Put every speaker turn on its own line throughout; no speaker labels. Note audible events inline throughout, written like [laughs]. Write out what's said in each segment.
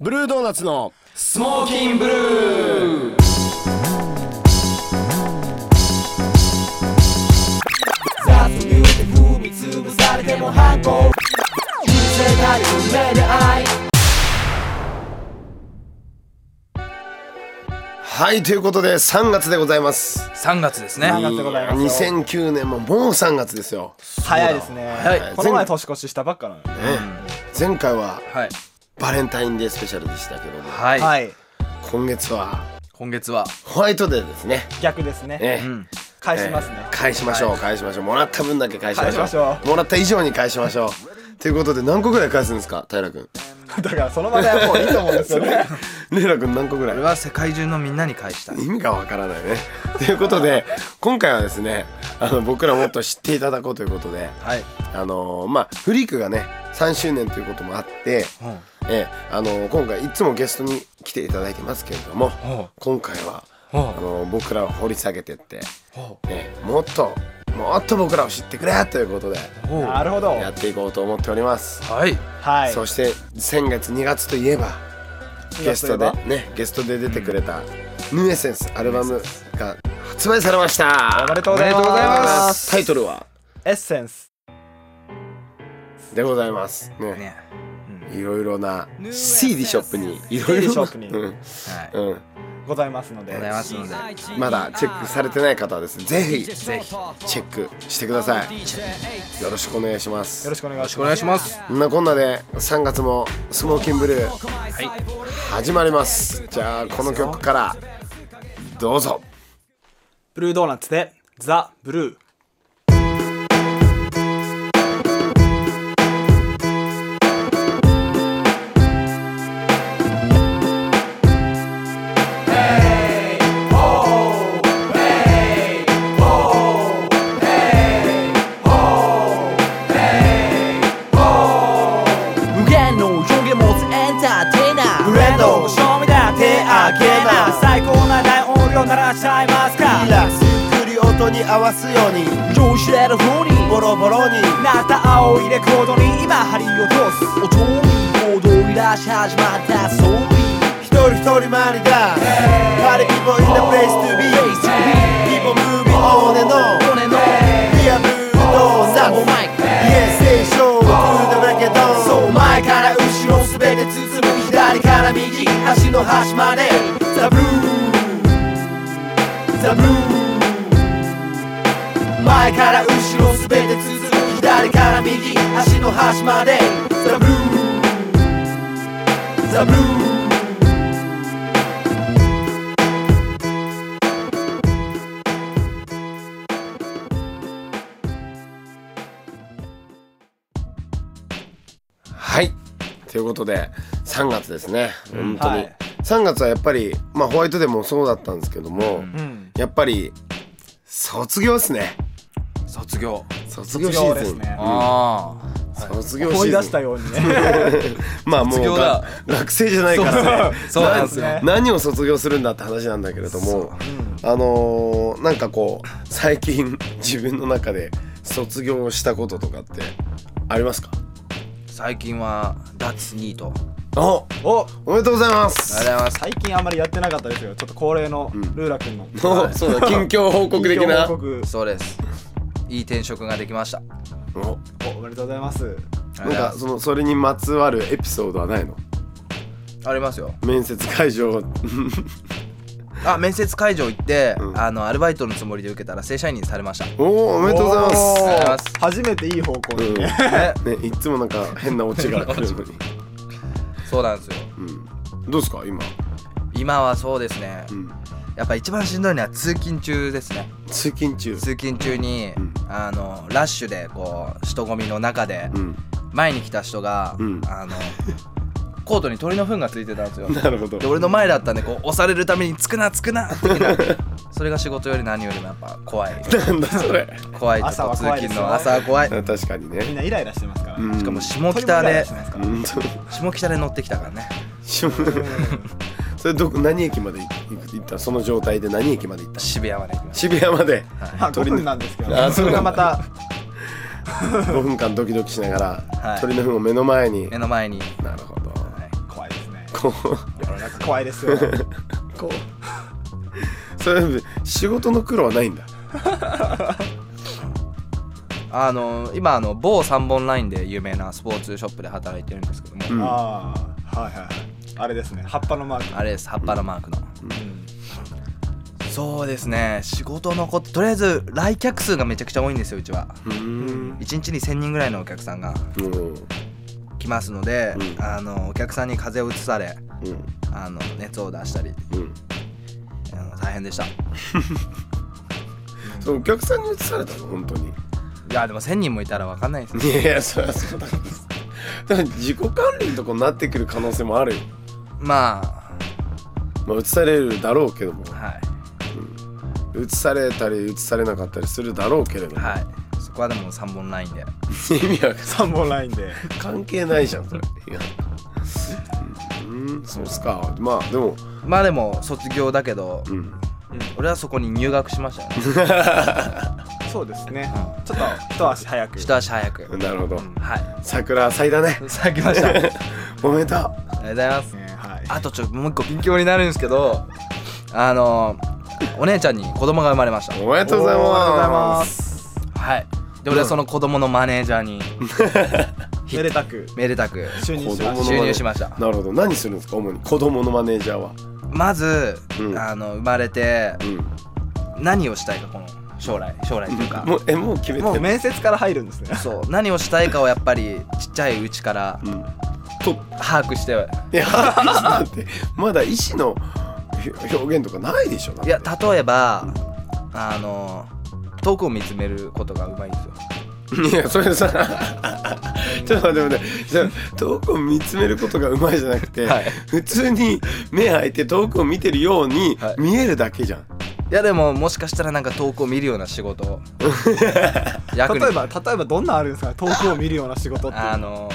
ブルードーナツの
スモーキンブルー雑と言うて踏みつぶされても反抗見せたい運命で愛
はいということで3月でございます
3月ですね
3月でございますよ
2009年ももう3月ですよ、
早いですね
早い
この前年越ししたばっかなの
ね前回は
はい
バレンタインデースペシャルでしたけども
はい、
ではい
今月は
今月は
ホワイトデーですね
逆ですね
ね、
うん
返しますね
えー返しましょう、返しましょうもらった分だけ返しましょう
返しましょ
もらった以上に返しましょうということで何個ぐらい返すんですか平君
[laughs] だからその場ではもういいと思うんですよね
レイラ君何個ぐらい
これは世界中のみんなに返したい
意味がわからないねということで今回はですねあの僕らもっと知っていただこうということで
はい、
あのーまあフリークがね3周年ということもあって、
うん
えーあのー今回いつもゲストに来ていただいてますけれども
ほ
今回は
うほ
あのー僕らを掘り下げてって、
うほ
えーもっともっと僕らを知ってくれということで
うほう
なるほど
やっていこうと思っております。
はい
はい
そして先月2月といえばゲストでねゲストで出てくれたニューエッセンスアルバムが発売されました
おめでとうござい
おめでとうござい
ま
ますす
タイトルは
エッセンス
でございますね
ね、うん
いろいろな CD ショップにいろい
CD ショ
ろ
ップに
はい
うんうん
ございますので
ございますので
まだチェックされてない方はですねぜひチ
ぜひよ
ェックしてくださいよろしくお願いします
よろしくお願い
ろし
し
くお願
ま
い
す
します
こんなこんなで3月もスモーキンブルー
はい
始まりますじゃあこの曲からどうぞ
ブルードーナツでザ・ブルー
無限の上限持つエンターテイナー
ブレンド賞味だ手あげな最高な大音量鳴らしちゃいますか
リラックスゆっくり音に合わすように
上司である方に
ボロボロに
なった青いレコードに今針を通す
音に行動をいらし始まったそう
一人一人回りだ Party people in the place to be People moving on and on
骨の
We are blue donuts
お前
Yes, 聖書 Through the record on そう前から後ろすべて包む左から右端の端まで The blue The blue 前から後ろすべて包む左から右端の端まで The blue The blue
はいということで3月ですね本当に、
はい
3月はやっぱり、まあ、ホワイトデーもそうだったんですけども、
うん
やっぱり卒業ですね
卒業
卒業シ
卒業
ー
で
ズ
す
ン
ね
あ
卒業シーズン
思い出したようにね
[laughs] まあもう
卒業だ
が学生じゃないからね
あそうなんですよ
ね
何を卒業するんだって話なんだけれども、あのーなんかこう最近自分の中で卒業したこととかってありますか
最近は脱ニート
お
お
おめでとうございます
ありがとうございます
最近あんまりやってなかったですよちょっと恒例のルーラ君の
おそうだ近況報告的な
近況報告
そうですいい転職ができました
お
おおめでとうございます
なんかそのそれにまつわるエピソードはないの
ありますよ
面接会場
あ面接会場行って、
うん
あのアルバイトのつもりで受けたら正社員にされました
おおおめでとうございます
ありがとうございます
初めていい方向にね
ね
ね、いっつもなんか変なオチが来るのに、
そうなんですよ
うん、どうですか今、
今はそうですね
うん、
やっぱ一番しんどいのは通勤中ですね
通勤中
通勤中に、
ん
あのラッシュでこう人混みの中で、
うん
前に来た人が、
うん
あのコートに鳥の糞がついてたんですよ
なるほど
で俺の前だったんでこう押されるために「つくなつくな」って
[laughs]
言ってそれが仕事より何よりもやっぱ怖い
なんだそれ
怖いちょっ
朝
と
は
通
怖いで
勤
すよ
の朝は怖い
確かに
みん
ね
なイライラしてますから
うん
ね
しかも
も
下
う鳥もイ
北
ライラ
で
してますか
う
ら
んそう
下北で乗ってきたからね
しょそれどこ何駅まで行く行ったその状態で何駅まで行った
渋谷まで行きまし
渋谷まで
まあ5分なんですけど
あ
ねそれがまた
5分間ドキドキしながら、
はい
鳥の糞を目の前に
た目の前に
なるほど
怖いですね
こ
世の中怖いですよ
[laughs]
こう
うそれ仕事の苦労はないんだ
あの今あの某三本ラインで有名なスポーツショップで働いてるんですけども、
うん
ああはいはいはいあれですね葉っぱのマーク
あれです葉っぱのマークの、そうですね仕事のこととりあえず来客数がめちゃくちゃ多いんですようちは
うん
1日に1000人ぐらいのお客さんが
うんうん
来ますので、
うん
あのお客さんに風邪をうつされあの熱を出したり
うん
あの大変でしたい
そのお客さんに移されたの本当に
やでも1000人もいたら分かんないです
いやいやそりゃそうだけどさだから自己管理のとこになってくる可能性もあるよ
ま
まあ移されるだろうけども
あは
移されたり移されなかったりするだろうけれど
い
も、
はいそこはでも3本ラインで
意味は
3本ライン
[laughs]
で
関係ないじゃんそれいやうんそうっすかまあでも
まあでも卒業だけど、
うん
俺はそこに入学しましたね
そうですねちょっと一足早く
一足早く、
なるほど、
は
桜は咲いたね [laughs]
いさあ来ましたありがと
おめでと
うございます
ねはい
あとちょっともう一個勉強になるんですけどあのお姉ちゃんに子供が生まれました
うおめでとうござい
おーありがとうござい
ま
ますす
はいで俺はその子供のマネージャーに
めでたく
めでたく
就任しま
子供
し
の
収入しました
なるほど何するんですか主に子供のマネージャーは
まず、
うん
あの生まれて
うん
何をしたいかこの将来将来というか
もうえもう決め
た
て
もう
る
面接から入るんですね
そう何をしたいかをやっぱりちっちゃいうちから
うんと
把握して
いや [laughs] だってまだ意思の表表現とかないでしょだって
いや例えばあの遠くを見つめることがうまいんですよ
いやそれさ [laughs] ちょっと待って待ってじゃあ遠くを見つめることがうまいじゃなくて、
はい
普通に目開いて遠くを見てるように
はい
見えるだけじゃん、 [laughs]
いやでももしかしたらなんか遠くを見るような仕事を
例
役
え
に
ば例えばどんなあるんですか遠くを見るような仕事っていう
あの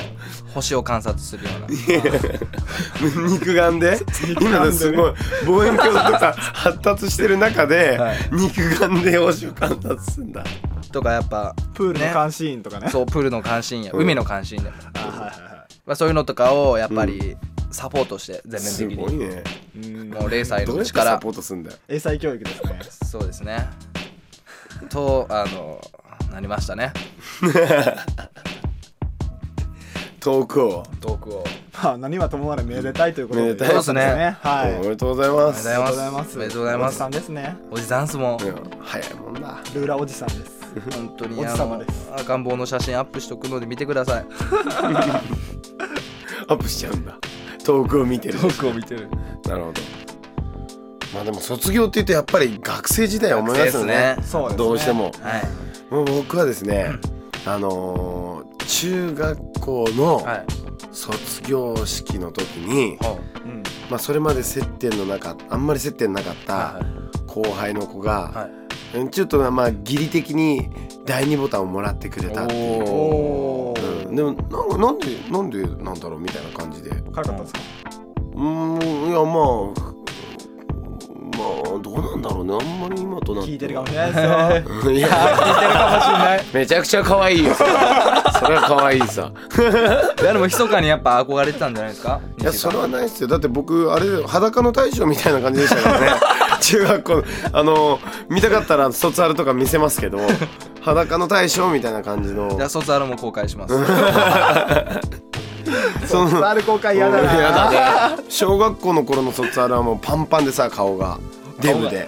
星を観察するような
肉眼
[laughs]
眼で
で
ね
今のすごい望遠鏡とか発達してる中で、
はい
肉眼で星を観察するんだ
とかやっぱ
プールの
ね
監視員とかね
[laughs] そうプールの関心や
うん
海の関心でも、
あはいはいは
まあ、そういうのとかをやっぱりサポートして全
す
面的
ごい
に、
ね
いうん
もう0歳
ど
の
うや
う
って
ちか
サ
ら
ポートするんだよ
英才教育ですね
そうですねとあのなりましたね
遠くを
遠くを
まあ何はともあれめでたいということで
めでたいです
ね
はい
おめでとうございま
お
す
めでとうございます
おめでとうございますおじさんですね
おじさんっすもん
うん早いもんだ
ルーラおじさんです
本当
お
に
じ
あ
さま
の
です
赤ん坊の写真アップしとくので見てください
アップしちゃうんだ遠くを見てる
くを見てる
なるほどまあでも卒業って言うとやっぱり学生時代を思い出すよね
学生ですねそうですね
どうしても
はい
もう僕はですね、あのー中学校の
はい
卒業式の時に、
ほ
うん
まあ、それまで接点のなかあんまり接点なかった後輩の子
うは
が、
い
うんちょっとまあ義理的に第二ボタンをもらってくれたっていう、
おー
うんでもなんかなんでなんでなんだろうみたいな感じで
軽かったですか
うーんいやまあまあどうなんだろうねあんまり今となっては
聞いてるかもしれないですよ
いや聞いてるかもしれないめちゃくちゃ可愛いよそれは可愛いさ
いやでも密かにやっぱ憧れてたんじゃないですか
いやそれはないですよだって僕あれだよ裸の大将みたいな感じでしたから [laughs] ね中学校のあの見たかったら卒アルとか見せますけど裸の大将みたいな感じの
じゃあ卒アルも公開します
その
ある公開嫌だ
うん
な
やだね小学校の頃の卒アルはもうパンパンでさ顔がデブで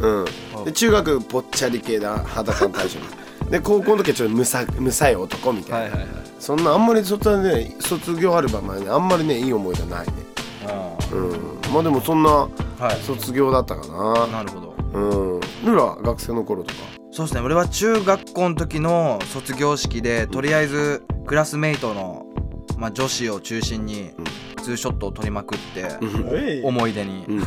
うんで中学ぽっちゃり系だ裸の大将で高校の時はちょっとむさむさい男みたいな、
はいはい
そんなあんまり卒アルね卒業アルバムはねあんまりねいい思い出ないねうんまあでもそんな
はい
卒業だったかな
なるほど
うんルラ学生の頃とか
そうですね俺は中学校の時の卒業式でとりあえずクラスメイトの、まあ、女子を中心にツーショットを撮りまくって、
おい
思い出に、
うん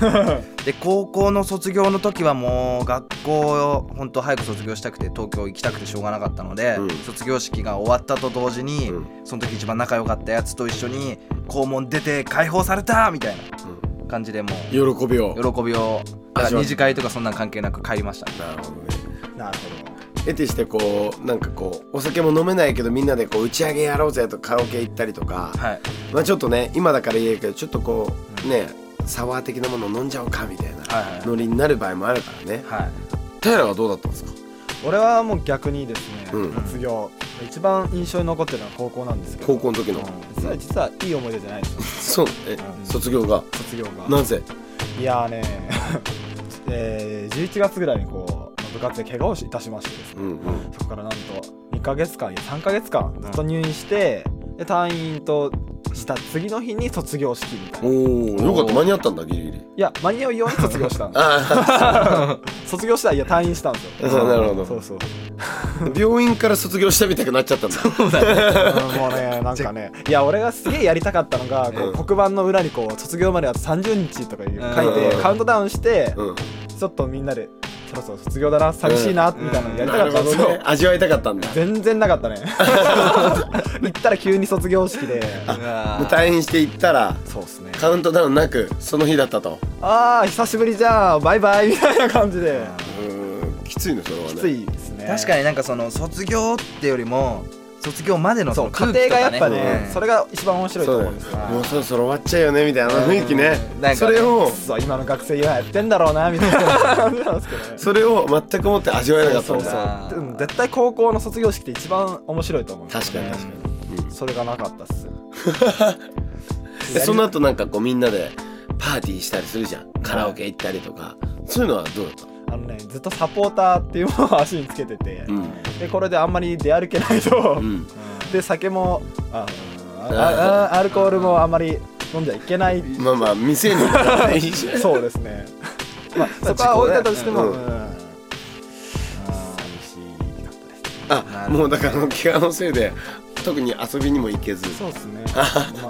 で高校の卒業の時はもう学校を本当早く卒業したくて東京行きたくてしょうがなかったので、
うん
卒業式が終わったと同時に、
うん
その時一番仲良かったやつと一緒に校門出て解放されたみたいな感じでもう
喜びを
喜びをだから
味わう
二次会とかそんなん関係なく帰りました
なるほどね
なる
得てしてこうなんかこうお酒も飲めないけどみんなでこう打ち上げやろうぜとカラオケ行ったりとか、
はい
まあちょっとね今だから言えるけどちょっとこうねサワー的なもの飲んじゃおうかみたい
はいは
ないノリになる場合もあるからね
はい
平はどうだったんですか
俺はもう逆にですね、
うん
卒業一番印象に残ってるのは高校なんですけど
高校の時の
実は実はいい思い出じゃないですよ
そうえ
うん
卒業が
卒業が
なぜ
いやー [laughs] ねえー、11月ぐらいにこう部活で怪我をいたしましてですね、
うんうん
そこからなんと2ヶ月間いや3ヶ月間ずっと入院して、で退院とした次の日に卒業式みたいな
お
い
およかった間に合ったんだギリギリ
や間に合うように卒業したん
[laughs]
だ
あ
卒業したらいや退院したんです
あ
よ
なるほ
そ
ど [laughs]
うそう
病院から卒業したみたいになっちゃったんだ
うんもうねなんかねいや俺がすげえやりたかったのがこう黒板の裏にこう卒業まであと30日とかいう書いて
うん
カウントダウンして
うん
ちょっとみんなでそろそろ卒業だな寂しいなみたいなのやり
な
たかっ
る
たん
ほ
です
ど
け
ね味わいたかったんだ
全然なかったね [laughs] 行ったら急に卒業式で
うわー
退院して行ったら
そうっすね
カウントダウンなくその日だったと
ああ久しぶりじゃんバイバイみたいな感じで
うんきついのそれはね
きついですね
確かになんかその卒業ってよりも卒業までの
そ
そうの空
家庭
気と
がや
か
っぱ
ね
ねそれが一番面白いと
そうだ
思
よ
うんですよ
もうそろそろ終わっちゃうよねみたいなあの雰囲気ね
うんなんかね
それを
そう今の学生今やってんだろうなみたいな感じなん
[laughs]
ですけどね
それを全くもって味わえなかった
そ
ん
う
だ
そうでも絶対高校の卒業式って一番面白いと思うんですよね
確かに確
それがなかったっ
[laughs]
す
でその後なんかこうみんなでパーティーしたりするじゃんカラオケ行ったりとかそういうのはどうだった
あのねずっとサポーターっていうものを足につけてて
うん
でこれであんまり出歩けないと、
うん
で酒もああああアルコールもあんまり飲んじゃいけない
まあまあ店に行ったらいいし
[laughs] そうですね、まあ、そこは置いたとしても、
う
うんんうん寂しいかったです
あもうだからあの怪我のせいで特に遊びにも行けず
そうですね、まあうんそ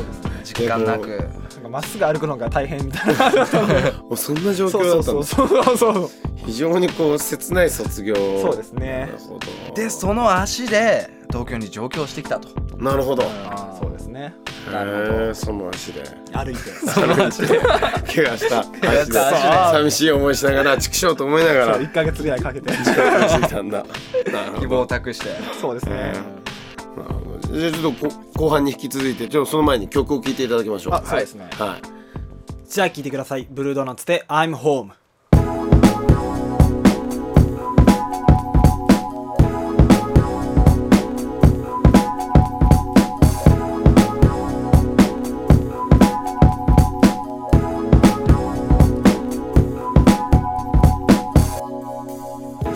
うですね
時間なく
なんかまっすぐ歩くのが大変みたいな
もうそんな状
[laughs] そう
況だ
そう
った
そ
の
うそうそう
非常にこう切ない卒業
そうですね
なるほど
でその足で東京に上京してきたと
なるほどへ
うんそうですね
えその足で
歩い [laughs] て
その足で怪我
[laughs]
した
我
足で
した足で
寂しい思いしながら畜生と思いながら
1か月ぐらいか [laughs] けて
上京してきたんだなるほ
希
ど
望を託して
そうですね、
なるほどじゃあちょっとこ後半に引き続いてちょっとその前に曲を聴いていただきましょう
あそうですね
はい
じゃあ聞いてくださいブルードーナツで「I'm home」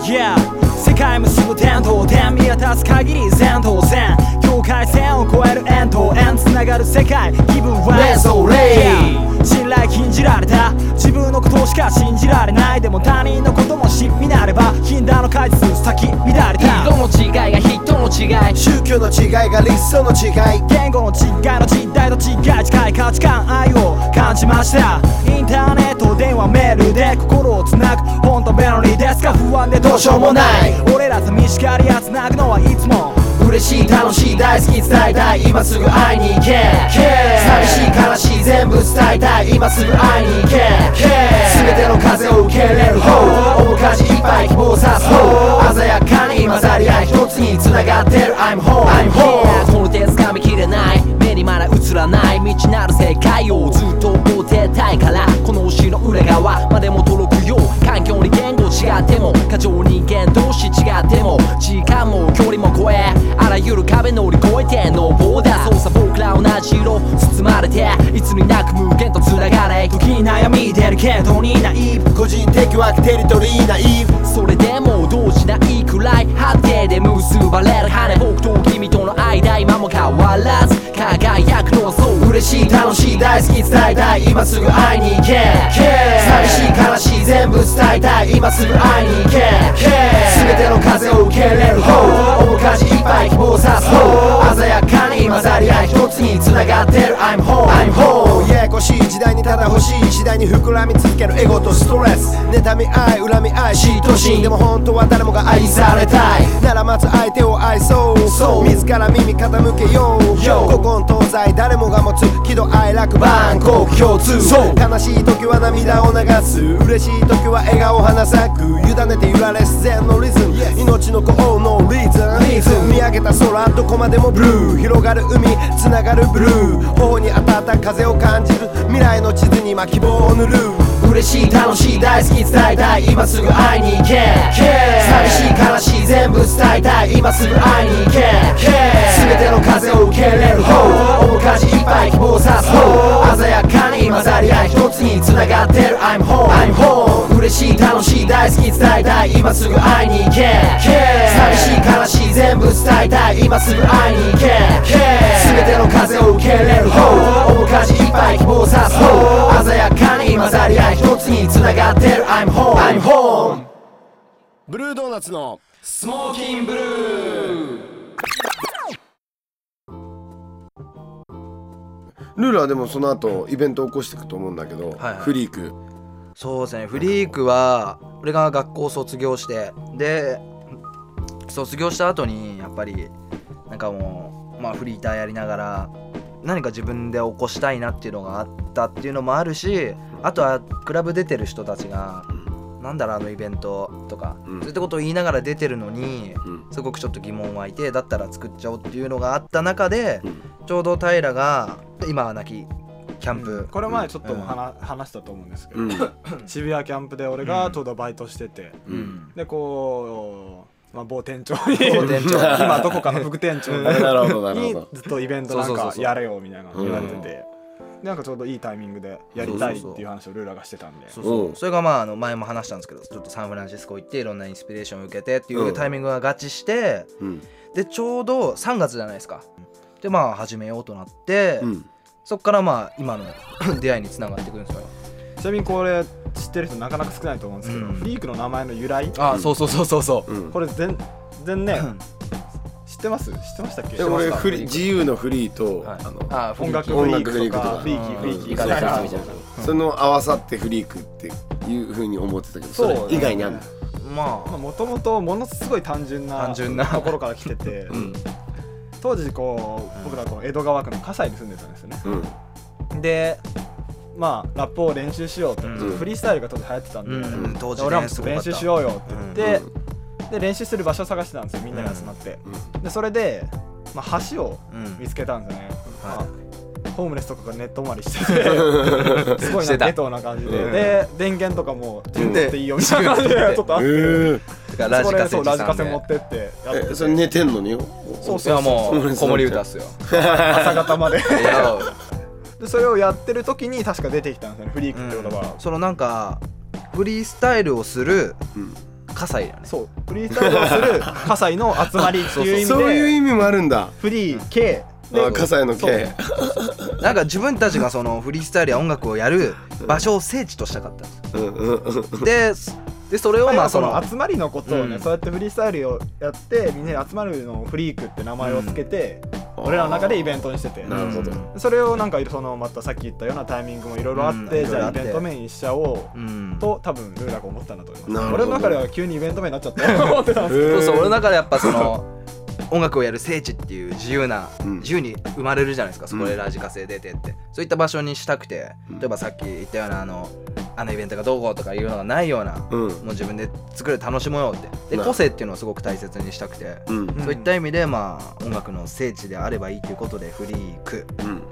Yeah 世界無数の伝統点見渡す限り前頭線境界線を越える円と円つながる世界気分は
Let's all rave
信頼禁じられた自分のことしか信じられないでも他人のことも知になれば禁断の解説先乱れた
色の違いが人の違い
宗教の違いが理想の違い言語の違いの時代の違い近い価値観愛を感じましたインターネット電話メールで心をつなぐ本当メロディーですか不安でどうしようもない俺ら寂しがりやつなぐのはいつも
嬉しい楽しい大好き伝えたい今すぐ会いに行け寂しい悲しい全部伝えたい今すぐ会いに行け全ての風を受け入れる方面かじいっぱい希望をさす方鮮やかに混ざり合い一つに繋がってる I'm home I'm
この手掴みきれない目にまだ映らない未知なる世界をずっと追ってたいからこの星の裏側までも届くよう環境に言語違っても過剰に言動し違っても時間も距離も超えあらゆる壁乗り越えて登だそうさ僕ら同じ色包まれていつになく無限と繋がれ時に悩み出るけどにナイーブ
個人的枠テリトリーナイーブ
それでも動じないくらい果てで結ばれる羽僕と君との間今も変わらず輝くのそう
嬉しい楽しい大好き伝えたい今すぐ会いに行け寂しい悲しい全部伝えたい今すぐ会いに行け全ての風を受け入れる方面かじいっぱい希望をさす方鮮やかに混ざり合い一つに繋がってる I'm home I'm home ややこしい時代にただ欲しい次第に不
膨らみ続けるエゴとストレス妬み愛恨み愛嫉妬心でも本当は誰もが愛されたいならまず相手を愛そうそう自ら耳傾けよう古今東西誰もが持つ喜怒哀楽万国共通悲しい時は涙を流す嬉しい時は笑顔を花咲く委ねて揺られ自然のリズム命の幸のリズムリズム見上げた空どこまでもブルー広がる海つながるブルー頬に当たった風を感じる未来の地図に今希望を塗る
嬉しい楽しい大好き伝えたい今すぐ会いに行け寂しい悲しい全部伝えたい今すぐ会いに行け全ての風を受け入れる方面かじいっぱい希望さす方鮮やかに混ざり合い一つに繋がってる I'm home I'm home 嬉しい楽しい大好き伝えたい今すぐ会いに行け寂しい悲しい全部伝えたい今すぐ会いに行け全ての風を受け入れる方面かじいっぱい希望さす方鮮やかに混ざり合い一つに繋がってる I'm home I'm home
ブルードーナツの
スモーキンブルー
ルールはでもその後イベントを起こしていくと思うんだけど、
はい
フリーク
そうですねフリークは俺が学校を卒業してで卒業した後にやっぱりなんかもうまあフリーターやりながら何か自分で起こしたいなっていうのがあったっていうのもあるしあとはクラブ出てる人たちが「なんだろうあのイベント」とか、
うん
そういったことを言いながら出てるのに
うん
すごくちょっと疑問湧いてだったら作っちゃおうっていうのがあった中で
うん
ちょうど平が今は亡きキャンプ、
これ前ちょっとも話,、話したと思うんですけど、
うん
渋谷キャンプで俺がちょうどバイトしてて、
うん
でこう、まあ、某店長に
某店長
[laughs] 今どこかの副店長
[laughs]
に
なるほどなるほ
に
ど
ずっとイベントな
そ
ん
うそうそう
か
そう
やれよみたいなの言われて
うん
て、でなんかちょうどいいタイミングでやりたいっていう話をルーラがしてたんで
そうそううんそれがまああの前も話したんですけどちょっとサンフランシスコ行っていろんなインスピレーションを受けてっていうタイミングが合致して、
うん
でちょうど3月じゃないですかでまあ始めようとなって、
うん
そっからまあ今の [laughs] 出会いにつながってくるんですよ
ちなみにこれ知ってる人なかなか少ないと思うんですけど、
うん
フリークの名前の由来
ああそうそうそうそ
[laughs]
うそう
うん
これ全然ね
ん
知ってます知ってましたっけ
で俺
知ってますか
フリ自由のフリーと、
はい
あの
ああ
音楽
音
フリー
楽
ク
フリー
と
クと
か
か
フリーキーフリーキー
うん
みたいな
そうそうそうその合わさってフリークっていうふうに思ってたけどそ
そう
れ以外にあるの
まあ
もともとものすごい単純な
単純な
ところから来てて、
[laughs] うん
当時こう僕らこう江戸川区の葛西に住んでたんですよね
うん
でまあラップを練習しようと、
うん
フリースタイルが当時流行ってたんで、
うんん、当
で
時
俺らも
ね
ちょ
す
っ
ご
と
かった
練習しようよって言って、で練習する場所を探してたんですよみんなが集まって、でそれで、まあ、橋を
うん、うん
見つけたんですよね、ま
は
あホームレスとかがネット回りして
[laughs]
てすごい
し
な
てた
ゲトーな感じで、
うん
で電源とかも自分で持っていいよ
うん
みたいな感じでちょっとあって、
え
だからラジカセ
そ
持
うラジカセ持ってってやって
え
て
それ寝てんのによ
そう
いやも
[laughs] そうう
子守歌っすよ
朝
[laughs]
方まで
いや
でそれをやってる時に確か出てきたんですよねフリークって言葉は、
そのなんかフリースタイルをする
うん
葛西だね
そうフリースタイルをする葛西の集まりっていう意味で
そういう意味もあるんだ
フリー K
あ葛西の
そう
K
なんか自分たちがそのフリースタイルや音楽をやる場所を聖地としたかったんで
う
す
んうんうん
ですでそれをま
まあ
あそ
そ
の
の集まりのことをね、
うん
そうやってフリースタイルをやってみんなで集まるのをフリークって名前をつけて、俺らの中でイベントにしてて
なるほど
それをなんかそのまたさっき言ったようなタイミングもいろいろあって、
うん
じゃあ
いろいろあっ
イ
て
ベント名にしちゃお
う
う
ん
と多分ルーラが思ったんだと思います
なるほど
俺の中では急にイベント名になっちゃったと思ってたんです
そうそう俺の
な
中でやっぱその音楽をやる聖地っていう自由な、
うん
自由に生まれるじゃないですかそこ
う
で
ん
ラジカセ出てって、そういった場所にしたくて
うん
例えばさっき言ったようなあのあのイベントがどうこうとかいうのがないような、
うん
もう自分で作る楽しもうよってで
な
個性っていうのをすごく大切にしたくて、
うん
ん
そういった意味でまあ音楽の聖地であればいいということでフリーク
うん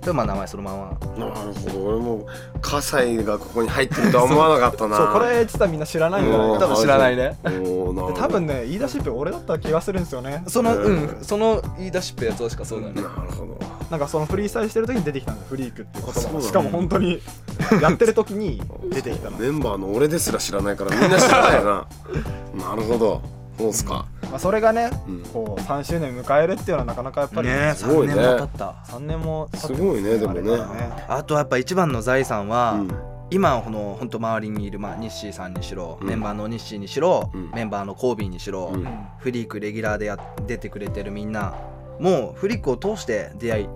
というまあ名前そのまま
なるほど俺も葛西がここに入ってるとは思わなかったな
そうこれ実はみんな知らないんじゃない
うん
か
多分知らないね
おーなるほど
多分ね言い出しっぺ俺だった気がするんですよね
その
へ
う
ー
んその言い出しっぺやつはしかそうだよね、
なるほど
なんかそのフリースタイルしてる時に出てきたんだフリークっていう言
あそう
葉
な
が
の
しかも本当にやってる時に出て
[laughs]
きたの、
メンバーの俺ですら知らないからみんな知らないよな [laughs] なるほどそうっすか
まあ、それがね、
うん
こう3周年迎えるっていうのはなかなかやっぱり、
ね
すごいね
3年も経った
3年も経って
すごいねでもね
あれからね
あとやっぱ一番の財産は、
うん
今この本当周りにいる、まあ、日誌さんにしろ、
うん
メンバーの日誌にしろ、
うん
メンバーのコービーにしろ、
うん
フリークレギュラーでや出てくれてるみんなもうフリークを通して出会い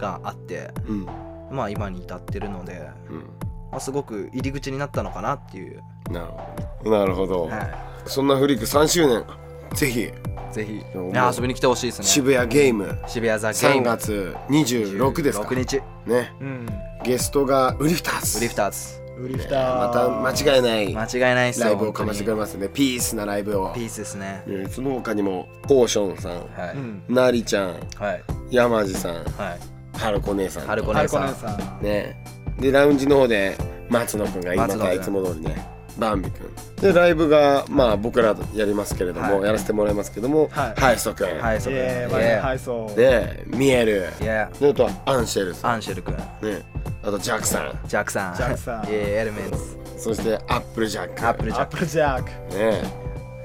があって
うん
まあ今に至ってるので
うん
まあ、すごく入り口になったのかなっていう、
なるほどなるほど、
は
そんなフリーク3周年ぜひ
い、ぜひ、ね、
もう
遊びに来てほしいですね
渋谷ゲーム
渋谷ザ・ゲー
3
ム
月26ですか
6日
ね
うん
ゲストがウリフターズ
ウリフターズ
ウリフ
ま
タ
た
ー
間違いない
間違いないっすよ
ライブをかましてくれ
本
ますねピースなライブを
当にピースですね
ねその他にもオーションさん
はい、
うん
なりちゃん
はい
山地さん
はい
春子姉さん
春子
ハ
姉
ルコ
さ
姉
ん
さん
ねでラウンジの方で松野くんが今
松野
か
くん
いつも通りねバンビくんでライブがまあ僕らやりますけれども、
はい
やらせてもらいますけれども、
はい
ハイソくん、
はいそ
イ
う
エーイ
イ
マジ
エ
で
ー
ハ
イ
イソー
で見える
イエ
であとはアンシェル
ー
さ
アンシェル君
ん、ね、あとジャックさん
ジャックさん
ジャックさん
イエーイエレメンツ
そしてアップルジャック
アップルジ
ア
ャ
ッ
ッ
プルジャック
ルね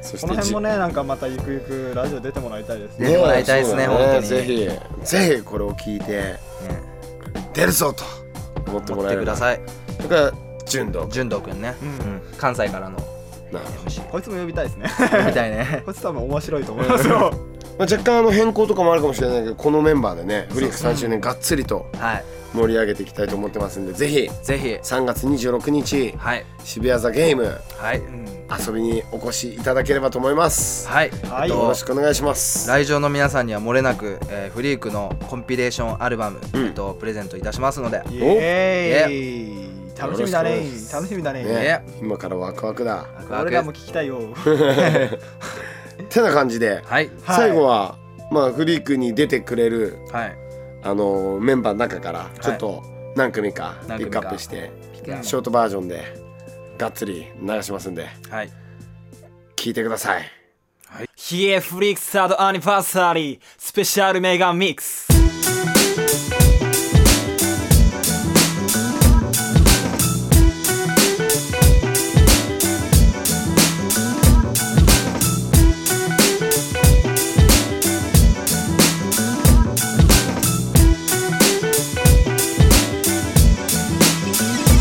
そして
この辺
じ
もねなんかまたゆくゆくラジオ出てもらいたいです
出てもらいたいですね
そうだ
本当
ぜ
に
ひぜひこれを聞いて
クね
出るぞと思っても
持っ
らえ
て
る
ください
だから純度
純斗君ね、うんん関西からの
なるほど
MC
こいつも呼びたいですね
みたい
[laughs]
ね
こいつ多分面白いと思いますよ
まあ、若干あの変更とかもあるかもしれないけどこのメンバーでねフリーク3周年がっつりと
はい
盛り上げていきたいと思ってますんでぜひ
ぜひ
3月26日
はい
渋谷ザゲーム
はい、
遊びにお越しいただければと思います、
はい、
はい
えっ
よろ
と
しくお願いします
来場の皆さんには漏れなく、えーフリークのコンピレーションアルバム、
うん
えっとプレゼントいたしますので、
イ
お
エーイ楽しみだ
よ
ね
ろしくです
楽しみだね
ね、今からワクワクだ
ワクワク
俺らも聞きたいよ
てな感じで、
はい
はい
最後はまあフリークに出てくれる
はい
あのメンバーの中からちょっと何組かピ
何
ッ
組
ク
か
アップして
クアップ
ショートバージョンでがっつり流しますんで
はい
聞いてください
ヒエフリックサードアニバーサリースペシャルメガミックス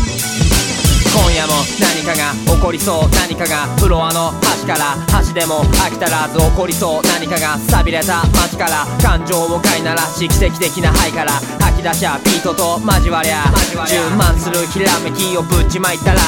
今夜も何かが起こりそう何かがフロアの端から端でも飽き足らず起こりそう何かが錆びれた街から感情を飼いならし奇跡的な肺から吐き出しゃビートと交わりゃ充満するひらめきをぶっちまいたら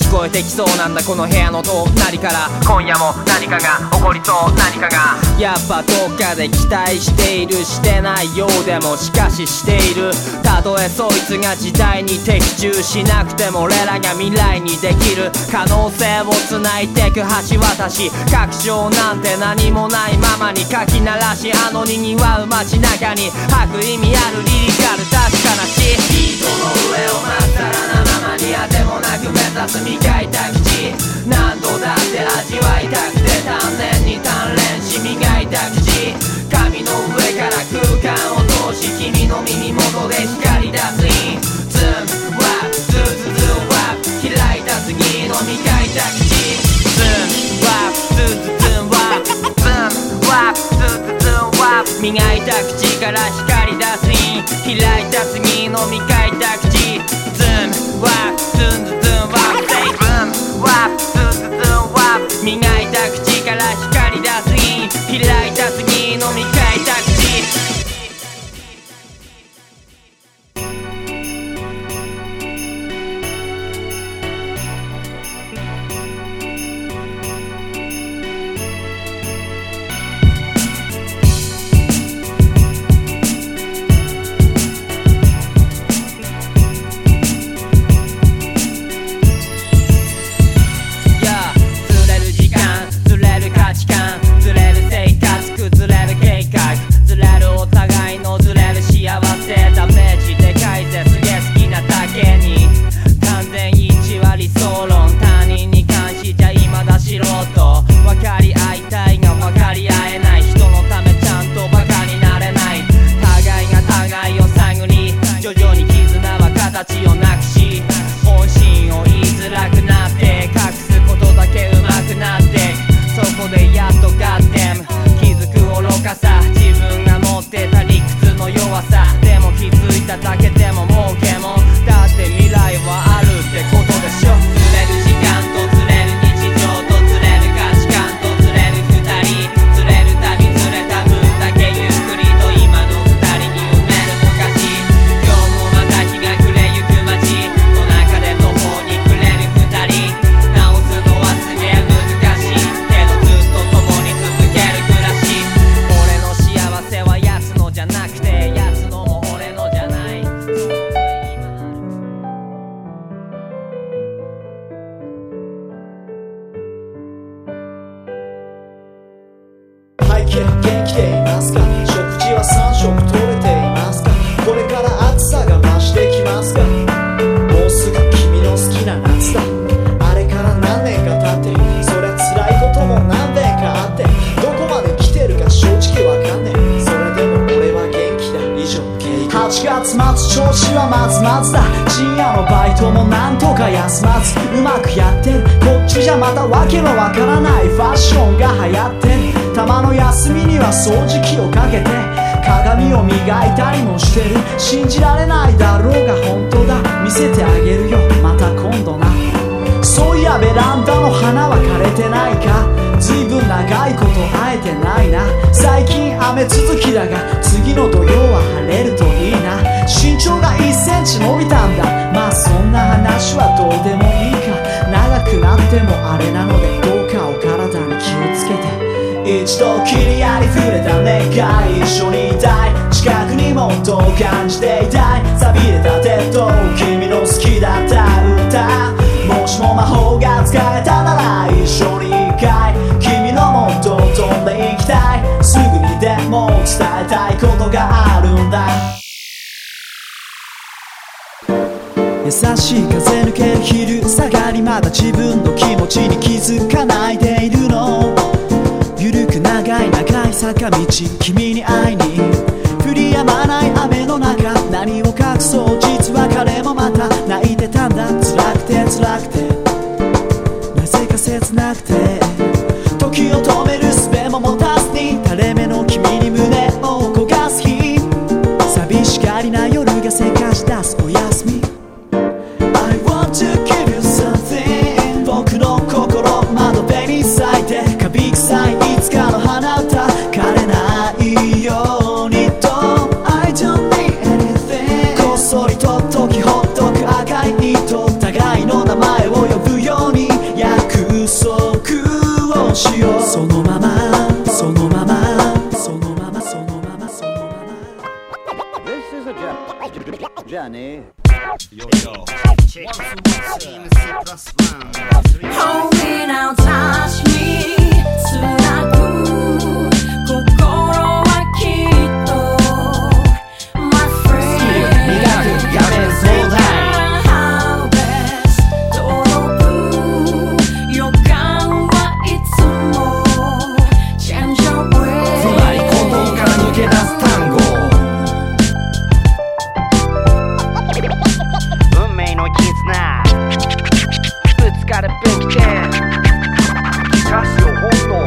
聞こえてきそうなんだこの部屋の隣から今夜も何かが起こりそう何かがやっぱどっかで期待しているしてないようでもしかししているたとえそいつが時代に的中しなくても俺らが未来にできる可能性をつないでく橋渡し確証なんて何もないままに書き鳴らしあのにぎわう街中に吐く意味あるリリカル確かなしビートの上をまっさらなままに当てもなく目指す未開拓地何度だって味わいたくて丹念に鍛錬し磨いた口紙の上から空間を通し君の耳元で光り出すインズームワープズーズーズーワープ開いた次の未開拓地ズームワープズーズーズーワープズームワープズーズーズーワープ磨いた口から光り出すイン開いた次の未開拓地ズームワープズーズーズーワープ Say ブームワープズーズーズーワープ磨いた口から光り出すイン開いた次の未開拓地ずれる時間ずれる価値観ずれる生活崩れる計画ずれるお互いのずれる幸せダメージでかいぜすげえ好きなだけに完全一割総論他人に関しては未だ素人分かり合いたいが分かり合えない人のためちゃんとバカになれない互いが互いを探り徐々に絆は形をなくし本心を言いづらくなって隠すことだけ上手くなってそこでやっとガッテム気づく愚かさ自分が持ってた理屈の弱さでも気づいただけでも儲けもんだって未来はあるってことでしょずれる時間とずれる日常とずれる価値観とずれる二人ずれるたびずれた分だけゆっくりと今の二人に埋めるおかしい今日もまた日が暮れゆく街隣
け元気でいますか食事は3食取れていますかこれから暑さが増してきますかもうすぐ君の好きな夏だあれから何年か経ってそりゃ辛いことも何年かあってどこまで来てるか正直わかんねえそれでも俺は元気だ以上8月末調子はまずまずだ深夜のバイトもなんとか休まずうまくやってんこっちじゃまたわけのわからないファッションが流行ってんたまの休みには掃除機をかけて鏡を磨いたりもしてる信じられないだろうが本当だ見せてあげるよまた今度なそういやベランダの花は枯れてないかずいぶん長いこと会えてないな最近雨続きだが次の土曜は晴れるといいな身長が1センチ伸びたんだまあそんな話はどうでもいいか長くなってもあれなのでどうかお体に気をつけて一度きりありふれた願い一緒にいたい近くにもっと感じていたい錆びれた鉄塔君の好きだった歌もしも魔法が使えたなら一緒に一回君のもっと飛んでいきたいすぐにでも伝えたいことがあるんだ優しい風抜ける昼下がりまだ自分の気持ちに気づかないでいるのゆるく長い長い坂道君に会いに降り止まない雨の中何を隠そう実は彼もまた泣いてたんだ辛くて辛くてなぜか切なくて時を止める術も持たずに垂れ目の君に胸を焦がす日寂しがりな夜がせかし出すおやすみ I want to give you something 僕の心窓辺に咲いてカビ臭いいつかの花歌枯れないようにと I don't need anything こっそりと解きほっとく赤い糸互いの名前を呼ぶように約束をしようそのままそのままそのままそのままそのまま
Hold me now, touch me つなぐ心はきっと My friend
磨くやめる相談
How best 届く予感はいつも Change your way
辛いことから抜け出す単語
運命の絆ぶつかるべきで歌詞を本能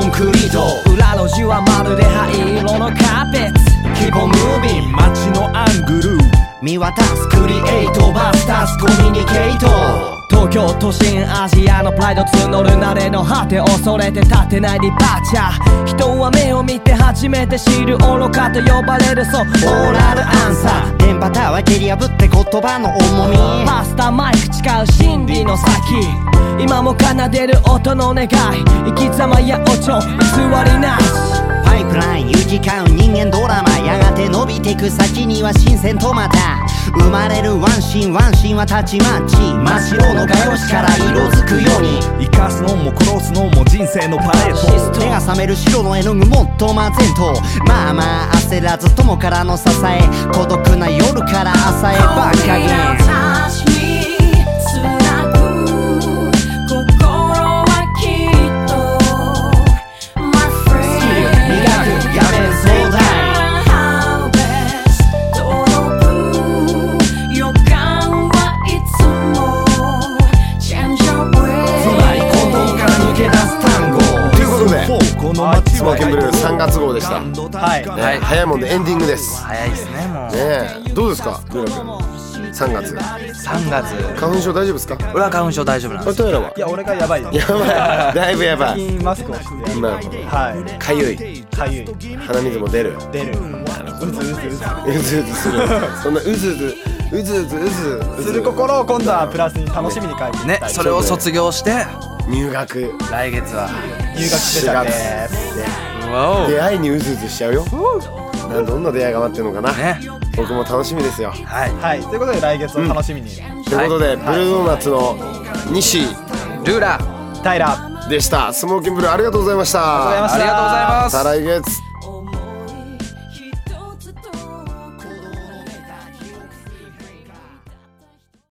コンクリート
裏路地はまるで灰色のカーペット
Keep on moving 街のアングル見渡すクリエイトバスタスコミュニケート
東京都心アジアのプライド募る慣れの果て恐れて立てないディパーチャー人は目を見て初めて知る愚かと呼ばれるそ
オ
う
ーラルアンサー電波タワー蹴り破って言葉の重み
パスタマイク誓う真理の先今も奏でる音の願い生き様やおちょ偽りなし
パイプライン行き交う人間ドラマやがて伸びてく先には新鮮とまた生まれるワンシーンワンシーンはたちまち真っ白の画用紙から色づくように
生かすのも殺すのも人生のパレード
目が覚める白の絵の具もっと混ぜんとまあまあ焦らず友からの支え孤独な夜から朝へばっかり
私につなぐ心はきっと My friend
磨くやめる相談
How best 届く予感はいつも Change your way
辛いことから抜け出す単語
ということで
この街
スモーキンブルー3月号でした、ね
はい
はい
早いもんでエンディングです
早いですねもう
ねえどうですかドラ君3月
3月
花粉症大丈夫ですか
俺は花粉症大丈夫なん
あ
ですよ
トイレはい
や俺がやばいです
やばいだいぶやば
最
い
近マスクをして
なるほど
はい
かゆい
かゆい
鼻水も出る
出るうずうずうず
うずうずするそんなうずうずうずうずうずうず
する心を今度はプラスに楽しみに変えていきたい
ねそれを卒業して
入学
来月は
入学してたんです
わ
出会いにうずうずしちゃうよなどんな出会いが待ってるのかな、
ね
僕も楽しみですよ
はい
はいということで来月を楽しみに
ということで、ブルードーナツの西
ルーラ
平
でしたスモーキンブルーありがとうございました
ありがとうございま
再来
す
月